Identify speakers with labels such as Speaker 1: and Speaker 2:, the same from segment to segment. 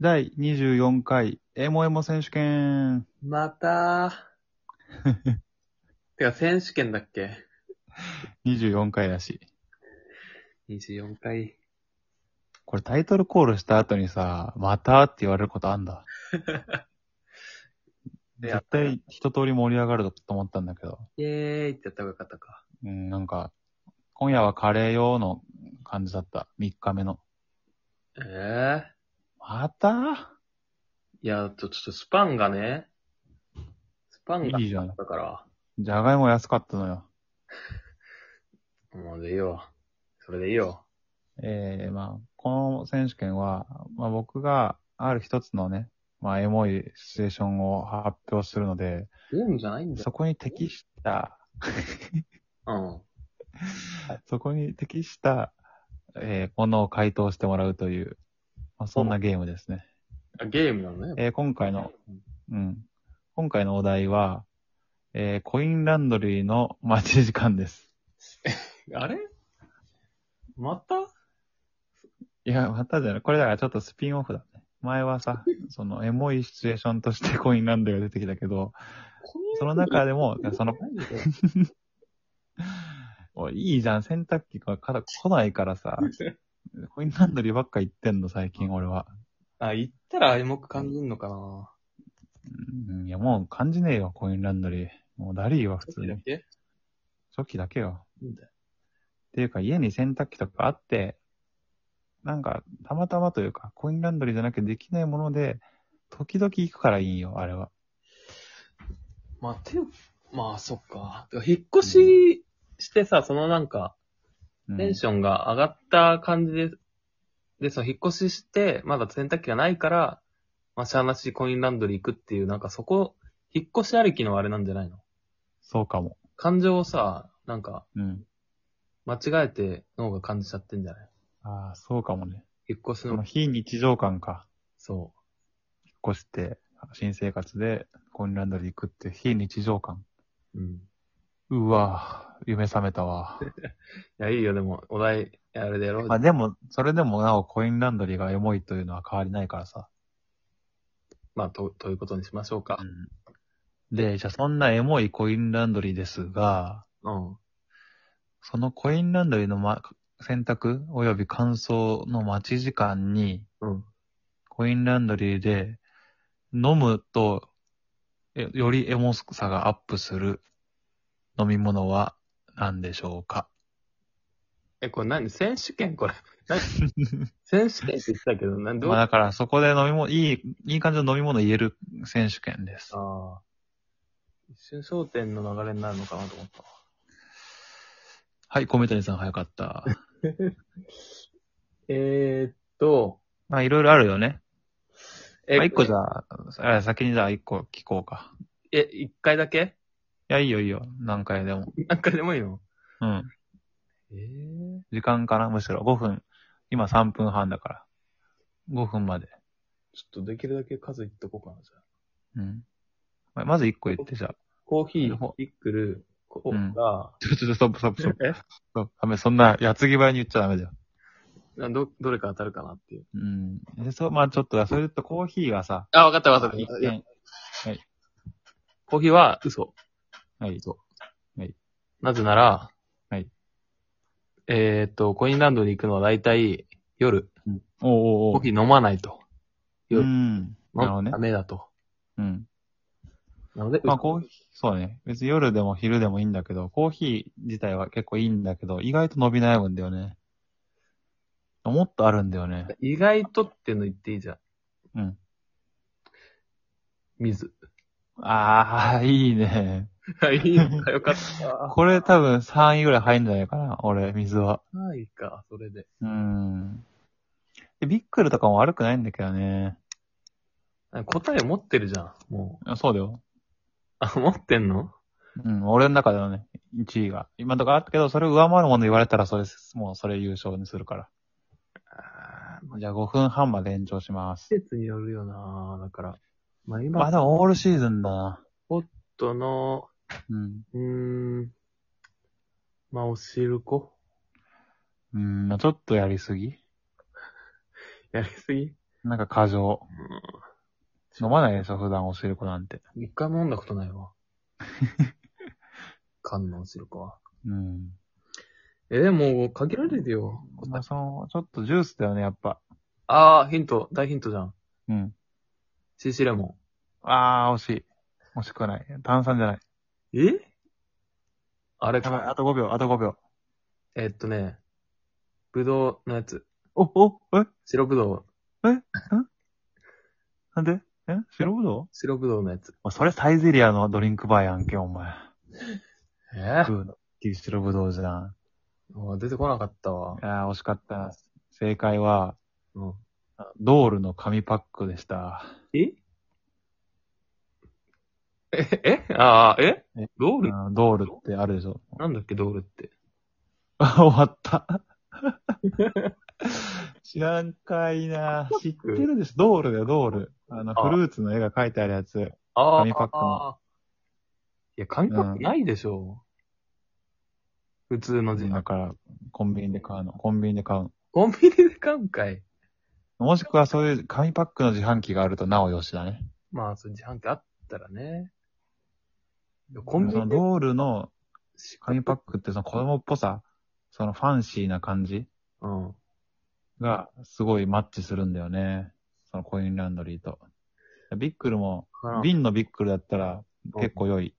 Speaker 1: 第24回、エモエモ選手権。
Speaker 2: ま たー。てか、選手権だっけ
Speaker 1: 24回らしい。
Speaker 2: ?24 回。
Speaker 1: これタイトルコールした後にさ、またって言われることあんだ。
Speaker 2: で
Speaker 1: 絶対一通り盛り上がると思ったんだけど。
Speaker 2: イエーイってやった方がよかったか。
Speaker 1: うん、なんか、今夜はカレー用の感じだった。3日目の。
Speaker 2: え
Speaker 1: また
Speaker 2: えいや、ちょ、ちょっとスパンがね、スパンが
Speaker 1: いいじゃん
Speaker 2: だから、
Speaker 1: じゃがいも安かったのよ。
Speaker 2: もうでいいよ。それでいいよ。
Speaker 1: えー、まあ、この選手権は、まあ僕がある一つのね、まあエモいシチュエーションを発表するので、
Speaker 2: ゲームじゃないんだ
Speaker 1: そ
Speaker 2: よ。
Speaker 1: こに適した、
Speaker 2: うん。
Speaker 1: そこに適した、えーものを回答してもらうという、まあ、そんなゲームですね。
Speaker 2: あ、ゲームなのね。
Speaker 1: えー今回の、うん。今回のお題は、えーコインランドリーの待ち時間です。
Speaker 2: あれまた
Speaker 1: いや、またじゃない。これだからちょっとスピンオフだね。前はさ、そのエモいシチュエーションとして コインランドリーが出てきたけど、その中でも、その、おいいいじゃん、洗濯機がから来ないからさ、コインランドリーばっか行ってんの、最近俺は。
Speaker 2: あ、言ったらエモく感じるのかな
Speaker 1: うんいや、もう感じねえよ、コインランドリー。もうダリーは普通に。
Speaker 2: け
Speaker 1: 初期だけよ。
Speaker 2: なんだよ
Speaker 1: っていうか、家に洗濯機とかあって、なんか、たまたまというか、コインランドリーじゃなきゃできないもので、時々行くからいいよ、あれは。
Speaker 2: まあ、て、まあ、そっか。てか引っ越ししてさ、そのなんか、
Speaker 1: うん
Speaker 2: テンションが上がった感じで、で、その引っ越しして、まだ洗濯機がないから、まあ、しゃあなしコインランドリー行くっていう、なんかそこ、引っ越しありきのあれなんじゃないの
Speaker 1: そうかも。
Speaker 2: 感情をさ、なんか、
Speaker 1: うん。
Speaker 2: 間違えて脳が感じちゃってんじゃない
Speaker 1: ああ、そうかもね。
Speaker 2: 引っ越し
Speaker 1: その
Speaker 2: の、
Speaker 1: 非日常感か。
Speaker 2: そ
Speaker 1: 引っ越して、新生活でコインランドリー行くっていう非日常感。
Speaker 2: う。うん。いう
Speaker 1: わぁ、夢覚めたわ。
Speaker 2: や、いいよ、でも、お題、あれでやろう。
Speaker 1: まあでも、それでもなおコインランドリーがエモいというのは変わりないからさ。
Speaker 2: まあ、と、ということにしましょうか。
Speaker 1: で、じゃあそんなエモいコインランドリーですが、
Speaker 2: うん。
Speaker 1: そのコインランドリーの、ま、選択及び乾燥の待ち時間に、
Speaker 2: うん。
Speaker 1: コインランドリーで飲むと、えよりエモさがアップする飲み物は何でしょうか
Speaker 2: え、これ何選手権これ。 何選手権って言ってたけど、なんで、
Speaker 1: まあだからそこで飲み物、いい、いい感じの飲み物言える選手権です。
Speaker 2: ああ。一瞬焦点の流れになるのかなと思った。
Speaker 1: はい、米谷さん早かった。
Speaker 2: えー、っと、
Speaker 1: まあいろいろあるよね。
Speaker 2: え
Speaker 1: まあ、一個じゃあ、あ先にじゃあ一個聞こうか。
Speaker 2: え、一回だけ
Speaker 1: いや、いいよいいよ。何回でも。
Speaker 2: 何回でもいいの
Speaker 1: うん。
Speaker 2: えー、
Speaker 1: 時間かなむしろ。5分。今3分半だから。5分まで。
Speaker 2: ちょっとできるだけ数いっとこうかな、じゃあ。
Speaker 1: うん。ままず1個言ってじゃあ。
Speaker 2: コーヒ
Speaker 1: なるほ
Speaker 2: ー
Speaker 1: ど、
Speaker 2: ピックル、コ
Speaker 1: う
Speaker 2: ー
Speaker 1: ん
Speaker 2: ラ
Speaker 1: ちょ、ちょ、ストップ、ストップ、ストップ。
Speaker 2: ー、え
Speaker 1: ストップダメ、そんな、矢継ぎ早に言っちゃダメだよ。
Speaker 2: など、どれか当たるかなっていう。
Speaker 1: うん。で、そう、まあちょっと、それとコーヒーはさ、
Speaker 2: あ、わかったわかった。
Speaker 1: 一
Speaker 2: いや
Speaker 1: 点。
Speaker 2: コーヒーは嘘。
Speaker 1: はい。
Speaker 2: なぜなら、
Speaker 1: はい。
Speaker 2: えー、っと、コインランドに行くのは大体夜。
Speaker 1: おうおう
Speaker 2: コ
Speaker 1: お
Speaker 2: ーヒー飲まないと。
Speaker 1: う。う
Speaker 2: 夜、
Speaker 1: ん。なるほどね
Speaker 2: ダ。メだと。
Speaker 1: うん。
Speaker 2: なので、
Speaker 1: まあコーヒー、そうね。別に夜でも昼でもいいんだけど、コーヒー自体は結構いいんだけど、意外と伸び悩むんだよね。もっとあるんだよね。
Speaker 2: 意外とっていうの言っていいじゃん。
Speaker 1: うん。
Speaker 2: 水。
Speaker 1: ああ、いいね。
Speaker 2: いいのか、よかった。
Speaker 1: これ多分3位ぐらい入るんじゃないかな、俺、水は。
Speaker 2: ないか、それで。
Speaker 1: うん。でビックルとかも悪くないんだけどね。
Speaker 2: 答え持ってるじゃん、もう。
Speaker 1: あそうだよ。
Speaker 2: あ、持ってんの
Speaker 1: うん、俺の中でのね、1位が。今とかあったけど、それを上回るもの言われたら、それ、もうそれ優勝にするから。
Speaker 2: ああ、
Speaker 1: じゃあ5分半まで延長します。
Speaker 2: 季節によるよなだから。まあ
Speaker 1: まあ
Speaker 2: 今、
Speaker 1: でもオールシーズンだな。
Speaker 2: との、
Speaker 1: うん。
Speaker 2: うーん、まあお汁粉
Speaker 1: うん、まあちょっとやりすぎ
Speaker 2: やりすぎ
Speaker 1: なんか過剰。飲まないでしょ、普段お汁粉なんて。
Speaker 2: 一回も飲んだことない わ。観音するかは。
Speaker 1: うん。
Speaker 2: え、でも、限られるよ。
Speaker 1: まあ、その、ちょっとジュースだよね、やっぱ。
Speaker 2: あー、ヒント、大ヒントじゃん。
Speaker 1: うん。
Speaker 2: CC レモ
Speaker 1: あー、惜しい。惜しくない。炭酸じゃない。
Speaker 2: ン。えあれ
Speaker 1: やばい、
Speaker 2: か。
Speaker 1: あと5秒、あと5秒。
Speaker 2: えっとね、ぶどうのやつ。
Speaker 1: お、お、え
Speaker 2: 白ぶどう、
Speaker 1: なんでえ白ぶどう
Speaker 2: 白ぶどうのやつ。
Speaker 1: おそれサイゼリアのドリンクバーやんけ、お前。
Speaker 2: え
Speaker 1: 食うの。白ぶどうじゃん。
Speaker 2: ー、出てこなかったわ。
Speaker 1: あー、惜しかったな。正解は、
Speaker 2: うん、
Speaker 1: ドールの紙パックでした。
Speaker 2: ええ、えああ、え
Speaker 1: え
Speaker 2: ドール
Speaker 1: あードールってあるでしょ。
Speaker 2: なんだっけ、ドールって。
Speaker 1: あ終わ った。知らんかいな
Speaker 2: パック
Speaker 1: 知ってるでしょ。ドールだよ、ドール。あの、
Speaker 2: あ
Speaker 1: フルーツの絵が描いてあるやつ。
Speaker 2: ああ。
Speaker 1: 紙パックの
Speaker 2: いや、紙パックないでしょ。普通の字
Speaker 1: だから、コンビニで買うの。コンビニで買うの。
Speaker 2: コンビニで買うんかい。
Speaker 1: もしくはそういう紙パックの自販機があるとなおよしだね。
Speaker 2: まあ、そう自販機あったらね。コ
Speaker 1: そ
Speaker 2: ンビ
Speaker 1: の
Speaker 2: ニで
Speaker 1: ドールの
Speaker 2: しか
Speaker 1: 紙パックってその子供っぽさ、そのファンシーな感じ
Speaker 2: うん。
Speaker 1: がすごいマッチするんだよね。そのコインランドリーと。ビックルも、瓶のビックルだったら結構良い。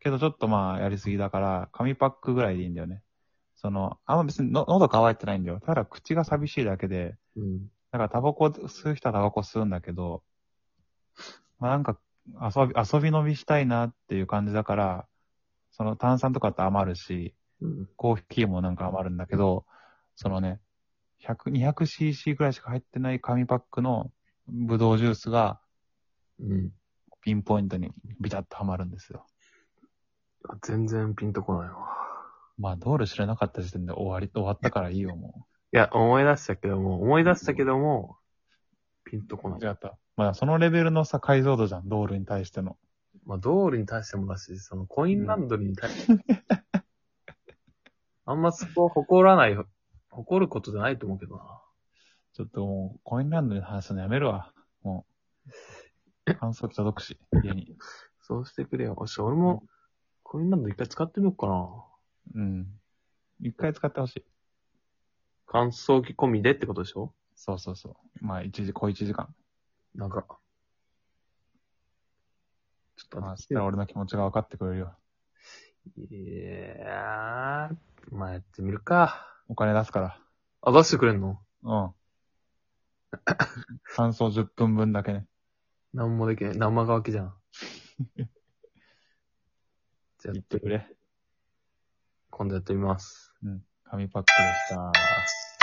Speaker 1: けどちょっとまあやりすぎだから、紙パックぐらいでいいんだよね。その、あんま別にの喉乾いてないんだよ。ただ口が寂しいだけで、
Speaker 2: うん。
Speaker 1: だからタバコ吸う人はタバコ吸うんだけど、まあなんか遊び、遊び飲みしたいなっていう感じだから、その炭酸とかって余るし、
Speaker 2: うん。
Speaker 1: コーヒーもなんか余るんだけど、そのね、100、200cc ぐらいしか入ってない紙パックのブドウジュースが
Speaker 2: うん。
Speaker 1: ピンポイントにビタッとはまるんですよ。
Speaker 2: 全然ピンとこないわ。
Speaker 1: まあ、道路知らなかった時点で終わり、終わったからいいよ、も
Speaker 2: いや、思い出したけども、思い出したけども、ピンとこ
Speaker 1: う。
Speaker 2: ない。
Speaker 1: 間違った。まあ、そのレベルのさ、解像度じゃん、道路に対しての。
Speaker 2: まあ、ドールに対してもだし、そのコインランドリーに対しても。あんまそこは誇らない、誇ることじゃないと思うけどな。
Speaker 1: ちょっともう、コインランドリーの話するのやめるわ。もう。感想機届くし、家に。
Speaker 2: そうしてくれよ。よし、俺も、コインランド一回使ってみようかな。
Speaker 1: うん。一回使ってほしい。
Speaker 2: 乾燥機込みでってことでしょ
Speaker 1: そうそうそう。まあ、一時、小一時間。
Speaker 2: なんか。ちょっと
Speaker 1: まあ、
Speaker 2: 待
Speaker 1: そ
Speaker 2: っ
Speaker 1: してたら俺の気持ちが分かってくれるよ。
Speaker 2: いやー、まあやってみるか。
Speaker 1: お金出すから。
Speaker 2: あ、出してくれんの
Speaker 1: うん。感想10分分だけね。
Speaker 2: なんもできない。生乾きじゃん。じゃあ
Speaker 1: 言、ってくれ。
Speaker 2: 今度やってみます。
Speaker 1: 紙パックでした。